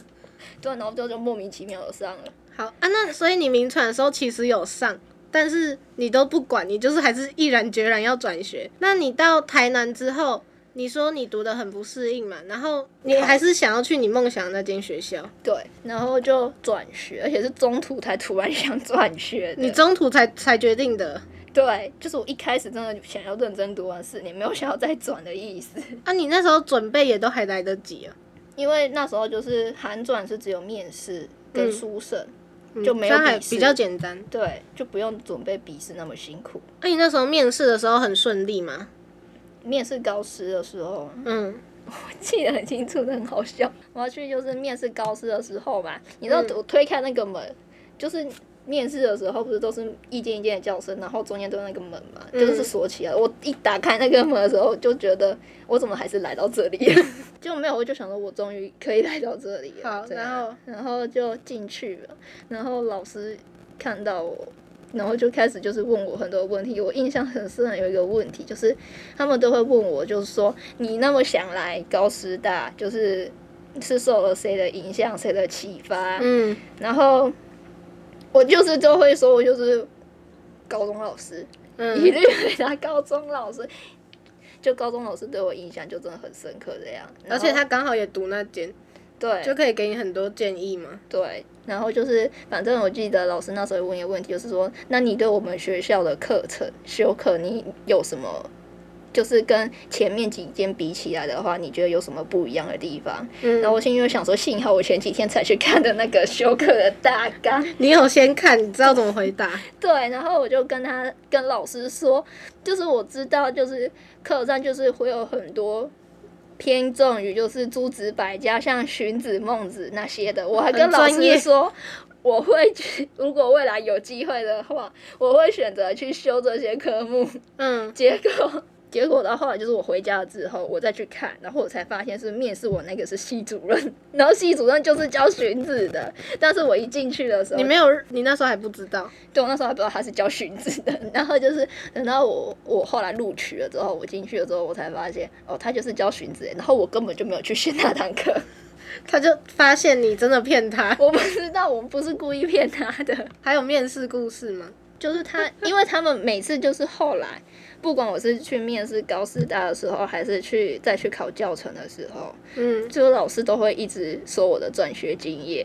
Speaker 2: 对，啊然后就就莫名其妙的上了。
Speaker 1: 好啊，那所以你名传的时候其实有上，但是你都不管，你就是还是毅然决然要转学。那你到台南之后，你说你读的很不适应嘛，然后你还是想要去你梦想的那间学校，
Speaker 2: 对，然后就转学，而且是中途才突然想转学的。
Speaker 1: 你中途才才决定的。
Speaker 2: 对，就是我一开始真的想要认真读完四年，没有想要再转的意思。
Speaker 1: 啊，你那时候准备也都还来得及啊。嗯
Speaker 2: 因为那时候就是韩转是只有面试跟书审，就没有
Speaker 1: 这样嗯还
Speaker 2: 笔试
Speaker 1: 比较简单。
Speaker 2: 对，就不用准备笔试那么辛苦。
Speaker 1: 那、你那时候面试的时候很顺利吗？
Speaker 2: 面试高师的时候，
Speaker 1: 嗯，
Speaker 2: 记得很清楚，的很好笑。我要去就是面试高师的时候嘛，你知道
Speaker 1: 嗯
Speaker 2: 我推开那个门，就是面试的时候不是都是一间一间的叫声，然后中间都有那个门嘛，
Speaker 1: 嗯
Speaker 2: 就是锁起来。我一打开那个门的时候，就觉得我怎么还是来到 这里？就没有，我就想说我终于可以来到这里了。啊
Speaker 1: 好
Speaker 2: 这样
Speaker 1: 然后
Speaker 2: 然后就进去了，然后老师看到我。然后就开始就是问我很多问题，我印象很深有一个问题，就是他们都会问我，就是说你那么想来高师大，就是是受了谁的影响、谁的启发？
Speaker 1: 嗯，
Speaker 2: 然后我就是都会说，我就是高中老师，
Speaker 1: 嗯
Speaker 2: 一律回答高中老师。就高中老师对我影响就真的很深刻，这样。 然
Speaker 1: 而
Speaker 2: 后
Speaker 1: 且他刚好也读那间，
Speaker 2: 对
Speaker 1: 就可以给你很多建议嘛。
Speaker 2: 对，然后就是，反正我记得老师那时候问一个问题，就是说，那你对我们学校的课程修课，你有什么，就是跟前面几间比起来的话，你觉得有什么不一样的地方？
Speaker 1: 嗯，
Speaker 2: 然后我心里就想说，幸好我前几天才去看的那个修课的大纲，
Speaker 1: 你有先看，你知道怎么回 答？
Speaker 2: 对，然后我就跟他跟老师说，就是我知道，就是客栈就是会有很多偏重于就是诸子百家，像荀子、孟子那些的。我还跟
Speaker 1: 很
Speaker 2: 老
Speaker 1: 专
Speaker 2: 师
Speaker 1: 业
Speaker 2: 说，我会去，如果未来有机会的话，我会选择去修这些科目。
Speaker 1: 嗯，
Speaker 2: 结果。结果到后来就是我回家了之后，我再去看，然后我才发现是面试我那个是系主任，然后系主任就是教荀子的，但是我一进去的时候，
Speaker 1: 你没有，你那时候还不知道。
Speaker 2: 对我那时候还不知道他是教荀子的， 然后就是等到我我后来录取了之后，我进去了之后，我才发现哦，他就是教荀子的，然后我根本就没有去选那堂课，
Speaker 1: 他就发现你真的骗他。
Speaker 2: 我不知道，我不是故意骗他的，
Speaker 1: 还有面试故事吗？
Speaker 2: 就是他，因为他们每次就是后来，不管我是去面试高师大的时候，还是去再去考教程的时候，
Speaker 1: 嗯，
Speaker 2: 就是老师都会一直说我的转学经验，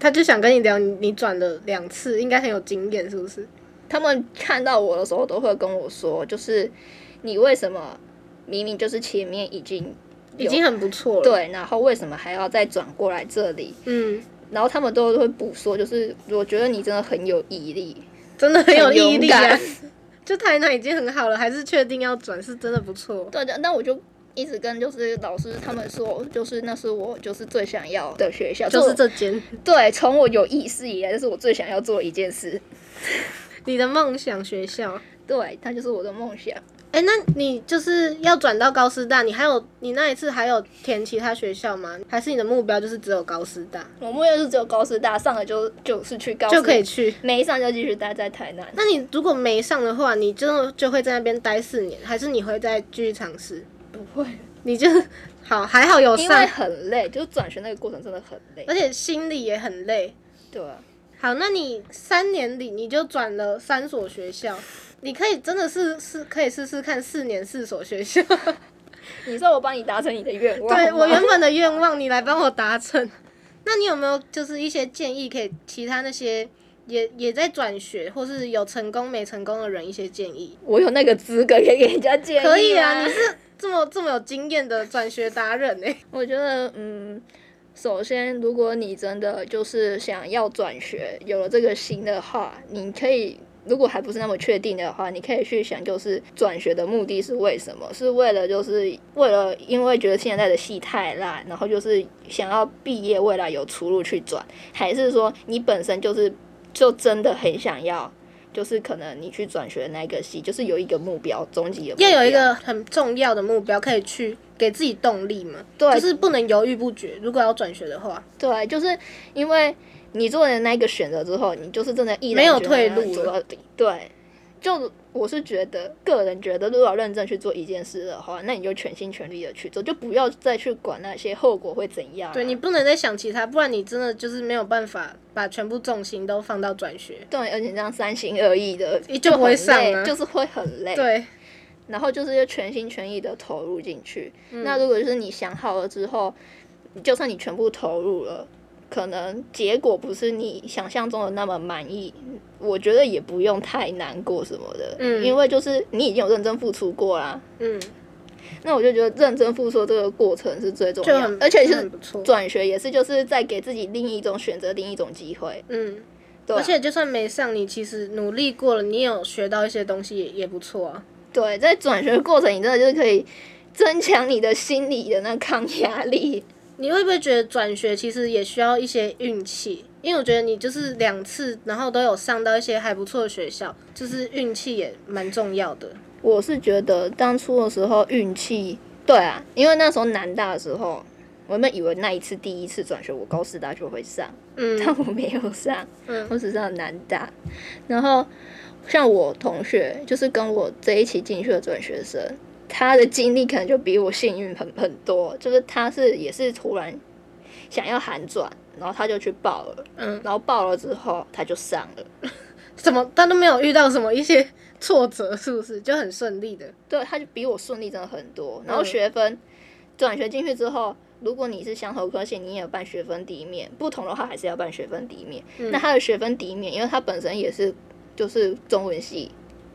Speaker 1: 他就想跟你聊，你你转了两次，应该很有经验，是不是？
Speaker 2: 他们看到我的时候都会跟我说，就是你为什么明明就是前面已经有
Speaker 1: 已经很不错了。，
Speaker 2: 对，然后为什么还要再转过来这里？
Speaker 1: 嗯，
Speaker 2: 然后他们都会补说，就是我觉得你真的很有毅力，
Speaker 1: 真的很有毅
Speaker 2: 很勇
Speaker 1: 力啊
Speaker 2: 敢。
Speaker 1: 就台南已经很好了，还是确定要转，是真的不错。
Speaker 2: 对的。那我就一直跟就是老师他们说，就是那是我就是最想要的学校，
Speaker 1: 就是
Speaker 2: 我
Speaker 1: 这间，
Speaker 2: 对，从我有意识以来，这是我最想要做的一件事。
Speaker 1: 你的梦想学校。
Speaker 2: 对，它就是我的梦想。
Speaker 1: 哎、那你就是要转到高师大，你还有你那一次还有填其他学校吗？还是你的目标就是只有高师大
Speaker 2: 我目标就是只有高师大上了就就是去高
Speaker 1: 就可以
Speaker 2: 去，
Speaker 1: 去？
Speaker 2: 没上就继续待在台南。
Speaker 1: 那你如果没上的话，你真的就会在那边待四年，还是你会再继续尝试？
Speaker 2: 不会，
Speaker 1: 你就好，还好有
Speaker 2: 因为
Speaker 1: 上，
Speaker 2: 很累，就是转学那个过程真的很累
Speaker 1: 而。且心里也很累。
Speaker 2: 对啊，
Speaker 1: 好，那你三年里你就转了三所学校，你可以真的是是可以试试看四年四所学校。
Speaker 2: 你说我帮你达成你的愿望吗，
Speaker 1: 对我原本的愿望，你来帮我达成。那你有没有就是一些建议给其他那些也也在转学或是有成功没成功的人一些建议？
Speaker 2: 我有那个资格可以给人家建议、
Speaker 1: 可以啊，你是这么这么有经验的转学达人呢、欸
Speaker 2: 我觉得，嗯，首先，如果你真的就是想要转学，有了这个心的话，你可以。如果还不是那么确定的话，你可以去想，就是转学的目的是为什么？是为了就是为了，因为觉得现在的戏太烂，然后就是想要毕业未来有出路去转，还是说你本身就是就真的很想要，就是可能你去转学的那个系，就是有一个目标，终极的目 标
Speaker 1: 要有一个很重要的目标，可以去给自己动力嘛。
Speaker 2: 对
Speaker 1: 就是不能犹豫不决。如果要转学的话，
Speaker 2: 对，就是因为你做了那个选择之后，你就是真的毅然
Speaker 1: 没有
Speaker 2: 决然
Speaker 1: 退路
Speaker 2: 走到底。对，就我是觉得，个人觉得，如果要认真去做一件事的话，那你就全心全力的去做，就不要再去管那些后果会怎样啊、
Speaker 1: 对你不能再想其他，不然你真的就是没有办法把全部重心都放到转学。
Speaker 2: 对，而且这样三心二意的
Speaker 1: 就
Speaker 2: 很
Speaker 1: 不会上
Speaker 2: 累
Speaker 1: 啊
Speaker 2: 就是会很累。
Speaker 1: 对，
Speaker 2: 然后就是要全心全意的投入进去。
Speaker 1: 嗯
Speaker 2: 那如果就是你想好了之后，就算你全部投入了，可能结果不是你想象中的那么满意，我觉得也不用太难过什么的，
Speaker 1: 嗯
Speaker 2: 因为就是你已经有认真付出过啦。
Speaker 1: 嗯，
Speaker 2: 那我就觉得认真付出这个过程是最重
Speaker 1: 就
Speaker 2: 要
Speaker 1: 很，
Speaker 2: 而且
Speaker 1: 很
Speaker 2: 是
Speaker 1: 不错。
Speaker 2: 转学也是就是在给自己另一种选择，另一种机会。
Speaker 1: 嗯，
Speaker 2: 对啊
Speaker 1: 而且就算没上，你其实努力过了，你有学到一些东西也也不错啊。
Speaker 2: 对，在转学过程，你真的就是可以增强你的心理的那抗压力。
Speaker 1: 你会不会觉得转学其实也需要一些运气？因为我觉得你就是两次，然后都有上到一些还不错的学校，就是运气也蛮重要的。
Speaker 2: 我是觉得当初的时候运气，对啊，因为那时候南大的时候，我原本以为那一次第一次转学，我高师大就会上，但
Speaker 1: 嗯
Speaker 2: 我没有上，
Speaker 1: 嗯
Speaker 2: 我只上南大。然后像我同学，就是跟我这一起进去的转学生，他的经历可能就比我幸运很很多，就是他是也是突然想要寒转，然后他就去报了，
Speaker 1: 嗯，
Speaker 2: 然后报了之后他就上了。
Speaker 1: 怎么他都没有遇到什么一些挫折，是不是就很顺利的？
Speaker 2: 对，他就比我顺利真的很多。然后
Speaker 1: 嗯
Speaker 2: 学分，转学进去之后，如果你是相同科系，你也有办学分抵免，不同的话还是要办学分抵免。
Speaker 1: 嗯
Speaker 2: 那他的学分抵免，因为他本身也是就是中文系，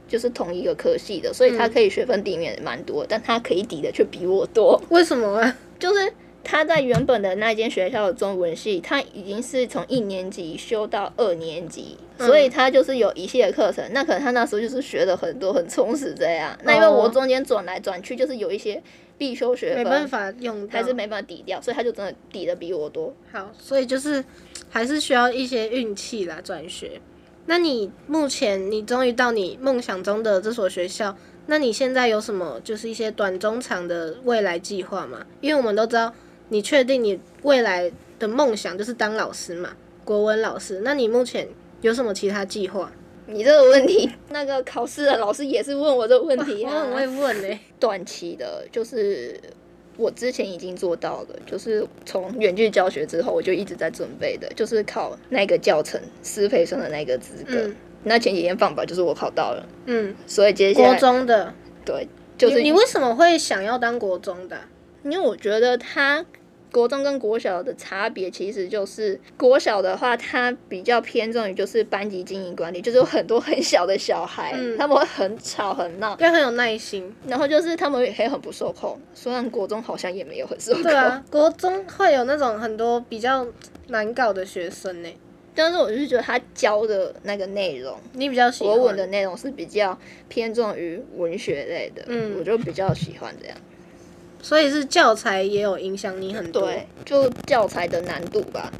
Speaker 2: 就是同一个科系的，所以他
Speaker 1: 嗯
Speaker 2: 可以学分抵免蛮多，但他可以抵的却比我多。
Speaker 1: 为什么啊？
Speaker 2: 就是他在原本的那间学校的中文系，他已经是从一年级修到二年级，
Speaker 1: 嗯
Speaker 2: 所以他就是有一系列课程。那可能他那时候就是学的很多，很充实这样。那因为我中间转来转去，就是有一些必修学分，
Speaker 1: 哦没办法用到，
Speaker 2: 还是没办法抵掉，所以他就真的抵的比我多。
Speaker 1: 好，所以就是还是需要一些运气啦，转学。那你目前你终于到你梦想中的这所学校，那你现在有什么就是一些短中长的未来计划吗？因为我们都知道你确定你未来的梦想就是当老师嘛，国文老师。那你目前有什么其他计划？
Speaker 2: 你这个问题，那个考试的老师也是问我这个问题
Speaker 1: 哦我
Speaker 2: 啊。
Speaker 1: 很会问嘞、
Speaker 2: 短期的，就是我之前已经做到了，就是从远距教学之后，我就一直在准备的，就是考那个教程师培生的那个资格。
Speaker 1: 嗯
Speaker 2: 那前几天放榜就是我考到了，
Speaker 1: 嗯，
Speaker 2: 所以接下
Speaker 1: 国
Speaker 2: 来
Speaker 1: 中的，
Speaker 2: 对，就是
Speaker 1: 你你
Speaker 2: 因
Speaker 1: 为什么会想要当国中的啊、
Speaker 2: 为我觉得它国中跟国小的差别其实就是国小的话，它比较偏重于就是班级经营管理，就是有很多很小的小孩，
Speaker 1: 嗯
Speaker 2: 他们会很吵很闹，
Speaker 1: 要很有耐心。
Speaker 2: 然后就是他们也很不受控。虽然国中好像也没有很受控，
Speaker 1: 对啊，国中会有那种很多比较难搞的学生呢、
Speaker 2: 但是我就是觉得他教的那个内容，
Speaker 1: 你比较喜欢
Speaker 2: 国文的内容是比较偏重于文学类的，
Speaker 1: 嗯
Speaker 2: 我就比较喜欢这样。
Speaker 1: 所以是教材也有影响你很多。
Speaker 2: 对，就教材的难度吧。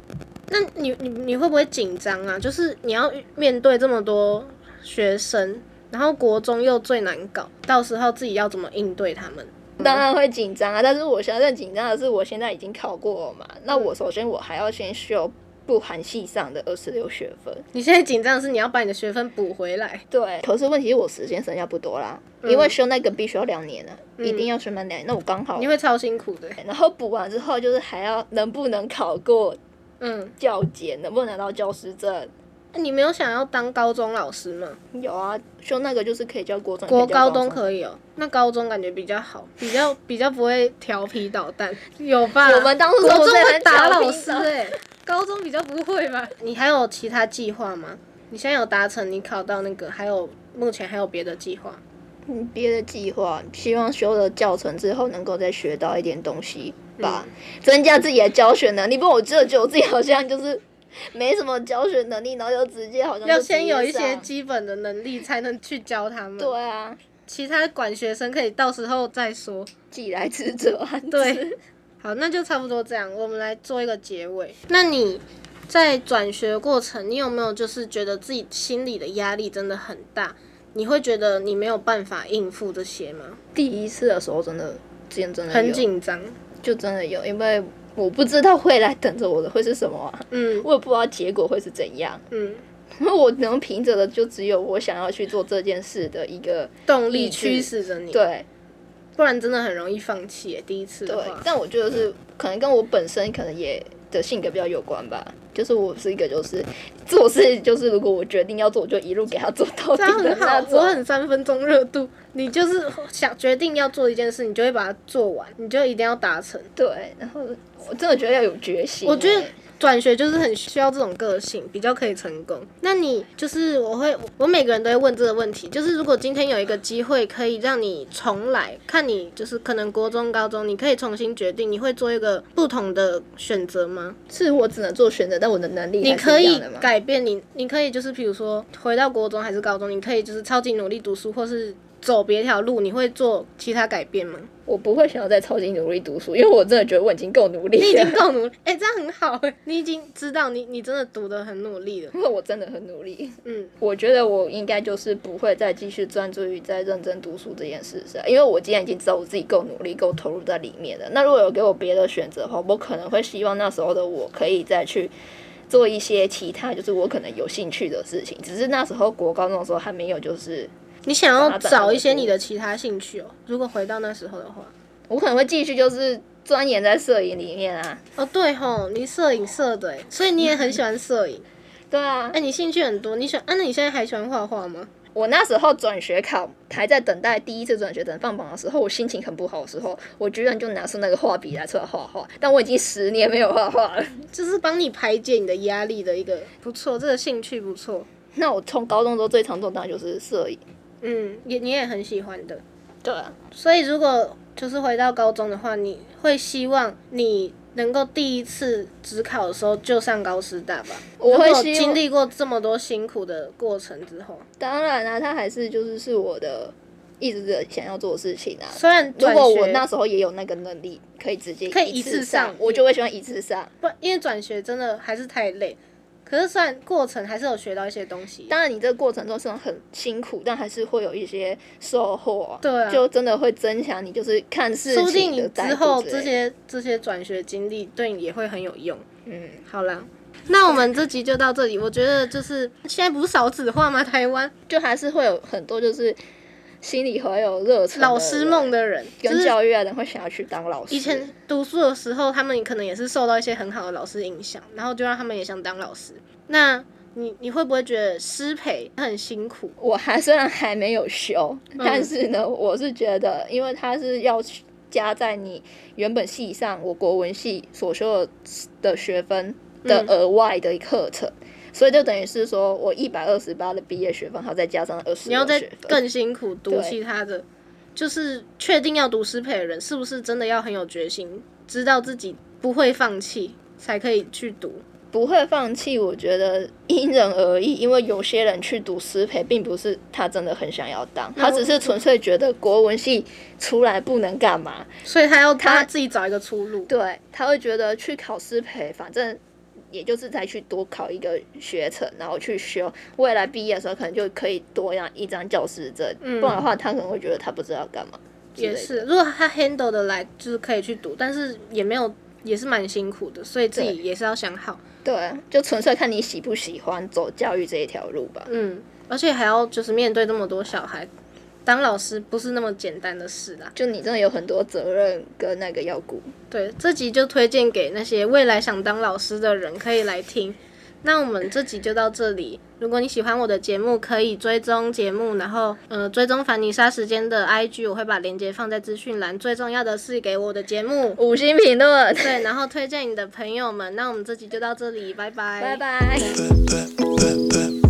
Speaker 1: 那你你你会不会紧张啊？就是你要面对这么多学生，然后国中又最难搞，到时候自己要怎么应对他们？
Speaker 2: 当然会紧张啊，但是我现在紧张的是，我现在已经考过了嘛，那
Speaker 1: 嗯
Speaker 2: 我首先我还要先修不含系上的二十六学分。
Speaker 1: 你现在紧张的是你要把你的学分补回来，
Speaker 2: 对，可是问题是我时间剩下不多啦，
Speaker 1: 嗯
Speaker 2: 因为修那个必须要两年啊，
Speaker 1: 嗯
Speaker 2: 一定要修满两年。那我刚好
Speaker 1: 你，会超辛苦的。
Speaker 2: 然后补完之后就是还要能不能考过
Speaker 1: 嗯，
Speaker 2: 教检，能不能拿到教师证，
Speaker 1: 你没有想要当高中老师吗？
Speaker 2: 有啊，修那个就是可以教国中，
Speaker 1: 国高
Speaker 2: 中
Speaker 1: 中可以哦、那高中感觉比较好，比较比较不会调皮捣蛋，有吧？
Speaker 2: 我们当初
Speaker 1: 国
Speaker 2: 都
Speaker 1: 中
Speaker 2: 是在
Speaker 1: 会打
Speaker 2: 调皮
Speaker 1: 老师
Speaker 2: 捣
Speaker 1: 哎、高中比较不会吧？你还有其他计划吗？你现在有达成你考到那个，还有目前还有别的计划？
Speaker 2: 嗯别的计划，希望修了教程之后能够再学到一点东西吧，
Speaker 1: 嗯
Speaker 2: 增加自己的教学能力。不然我只有觉得我自己好像就是没什么教学能力，然后就直接好像就
Speaker 1: 要先有一
Speaker 2: 直接
Speaker 1: 些
Speaker 2: 上
Speaker 1: 基本的能力，才能去教他们。，
Speaker 2: 对啊，
Speaker 1: 其他管学生可以到时候再说。
Speaker 2: 既来之则安之。
Speaker 1: 对，好，那就差不多这样，我们来做一个结尾。那你在转学过程，你有没有就是觉得自己心里的压力真的很大？你会觉得你没有办法应付这些吗？
Speaker 2: 第一次的时候真的，之前真的
Speaker 1: 很
Speaker 2: 有，
Speaker 1: 紧张。
Speaker 2: 就真的有，因为我不知道未来等着我的会是什么啊、
Speaker 1: 嗯
Speaker 2: 我也不知道结果会是怎样。
Speaker 1: 嗯，
Speaker 2: 因为我能凭着的就只有我想要去做这件事的一个
Speaker 1: 动力
Speaker 2: 意志
Speaker 1: 驱使着你。
Speaker 2: 对
Speaker 1: 不然真的很容易放弃耶。第一次
Speaker 2: 对
Speaker 1: 的话，，
Speaker 2: 但我觉得是可能跟我本身可能也的性格比较有关吧，就是我是一个就是做事就是如果我决定要做，我就一路给他做到
Speaker 1: 这样
Speaker 2: 底的
Speaker 1: 很
Speaker 2: 那
Speaker 1: 好。我
Speaker 2: 种。
Speaker 1: 很三分钟热度，你就是想决定要做一件事，你就会把它做完，你就一定要达成。
Speaker 2: 对，然后我真的觉得要有决心欸。
Speaker 1: 我觉得转学就是很需要这种个性，比较可以成功。那你就是我会，我每个人都会问这个问题，就是如果今天有一个机会可以让你重来，看你就是可能国中、高中，你可以重新决定，你会做一个不同的选择吗？
Speaker 2: 是我只能做选择，但我的能力
Speaker 1: 你
Speaker 2: 还是
Speaker 1: 可
Speaker 2: 一
Speaker 1: 以
Speaker 2: 样的吗
Speaker 1: 改变你，你可以就是比如说回到国中还是高中，你可以就是超级努力读书，或是走别条路，你会做其他改变 吗？
Speaker 2: 我不会想要再超级努力读书，因为我真的觉得我已经够努力了。
Speaker 1: 你已经够努力，哎、这样很好、哎，你已经知道你你真的读的很努力了，
Speaker 2: 因为我真的很努力。
Speaker 1: 嗯，
Speaker 2: 我觉得我应该就是不会再继续专注于在认真读书这件事上，因为我既然已经知道我自己够努力、够投入在里面了。那如果有给我别的选择的话，我可能会希望那时候的我可以再去做一些其他，就是我可能有兴趣的事情。只是那时候国高中的时候还没有，就是
Speaker 1: 你想要
Speaker 2: 把它
Speaker 1: 找一些
Speaker 2: 转换为
Speaker 1: 你的其他兴趣哦。如果回到那时候的话，
Speaker 2: 我可能会继续就是钻研在摄影里面啊。
Speaker 1: 哦对吼，你摄影社的哎，所以你也很喜欢摄 影。
Speaker 2: 对啊
Speaker 1: 哎、，你兴趣很多，你喜欢啊？那你现在还喜欢画画吗？
Speaker 2: 我那时候转学考还在等待第一次转学等放榜的时候，我心情很不好的时候，我居然就拿出那个画笔来出来画画，但我已经十年没有 画画了。
Speaker 1: 就是帮你排解你的压力的一个不错，这个兴趣不错。
Speaker 2: 那我从高中之后最常做当然就是摄影。
Speaker 1: 嗯，也你也很喜欢的。
Speaker 2: 对啊，
Speaker 1: 所以如果就是回到高中的话，你会希望你能够第一次职考的时候就上高师大吧？
Speaker 2: 我会
Speaker 1: 如果
Speaker 2: 希望
Speaker 1: 经历过这么多辛苦的过程之后，
Speaker 2: 当然啦、它还是就是是我的一直的想要做的事情啊。
Speaker 1: 虽然
Speaker 2: 如
Speaker 1: 转
Speaker 2: 果
Speaker 1: 学
Speaker 2: 我那时候也有那个能力，可以直接
Speaker 1: 可以
Speaker 2: 一
Speaker 1: 一次
Speaker 2: 上
Speaker 1: 上，
Speaker 2: 我就会喜欢一次上。
Speaker 1: 不，因为转学真的还是太累。可是虽然过程还是有学到一些东西，
Speaker 2: 当然，你这个过程中虽然很辛苦，但还是会有一些收获啊、
Speaker 1: 对啊
Speaker 2: 就真的会增强你就是看事
Speaker 1: 说不定
Speaker 2: 情
Speaker 1: 你
Speaker 2: 的态
Speaker 1: 之
Speaker 2: 度
Speaker 1: 后
Speaker 2: 之
Speaker 1: 这
Speaker 2: 类的
Speaker 1: 些这些转学经历对你也会很有用。
Speaker 2: 嗯。
Speaker 1: 好啦，那我们这集就到这里。我觉得就是现在不是少子化吗？台湾
Speaker 2: 就还是会有很多就是心里怀有热忱的人，
Speaker 1: 老师梦的人，就
Speaker 2: 跟
Speaker 1: 是
Speaker 2: 教育啊人会想要去当老师。
Speaker 1: 以前读书的时候，他们可能也是受到一些很好的老师影响，然后就让他们也想当老师。那你你会不会觉得师培很辛苦？
Speaker 2: 我还虽然还没有修，
Speaker 1: 嗯
Speaker 2: 但是呢，我是觉得，因为它是要加在你原本系上我国文系所修的学分的
Speaker 1: 嗯
Speaker 2: 额外的课程。所以就等于是说，我一百二十八的毕业学分，还要再加上二十
Speaker 1: 你要再
Speaker 2: 学分，
Speaker 1: 更辛苦读
Speaker 2: 对
Speaker 1: 其他的，就是确定要读师培的人，是不是真的要很有决心，知道自己不会放弃，才可以去读？
Speaker 2: 不会放弃，我觉得因人而异，因为有些人去读师培，并不是他真的很想要当，
Speaker 1: 那我
Speaker 2: 他只是纯粹觉得国文系出来不能干嘛，
Speaker 1: 所以他要
Speaker 2: 他
Speaker 1: 他自己找一个出路。
Speaker 2: 对，他会觉得去考师培，反正也就是再去多考一个学程，然后去修，未来毕业的时候可能就可以多养一张教师证，
Speaker 1: 嗯
Speaker 2: 不然的话他可能会觉得他不知道干嘛。
Speaker 1: 也是，如果他 handle 的来，就是可以去读，但是也没有，也是蛮辛苦的，所以自己
Speaker 2: 对
Speaker 1: 也是要想好。
Speaker 2: 对，啊就纯粹看你喜不喜欢走教育这一条路吧。
Speaker 1: 嗯，而且还要就是面对这么多小孩，当老师不是那么简单的事啦。
Speaker 2: 就你真的有很多责任跟那个要顾。
Speaker 1: 对，这集就推荐给那些未来想当老师的人可以来听。那我们这集就到这里。如果你喜欢我的节目，可以追踪节目，然后呃追踪凡妮莎时间的 IG，我会把链接放在资讯栏。最重要的是给我的节目
Speaker 2: 五星评论，
Speaker 1: 对，然后推荐你的朋友们。那我们这集就到这里，拜拜，
Speaker 2: 拜拜。
Speaker 5: Bip, bip, bip, bip.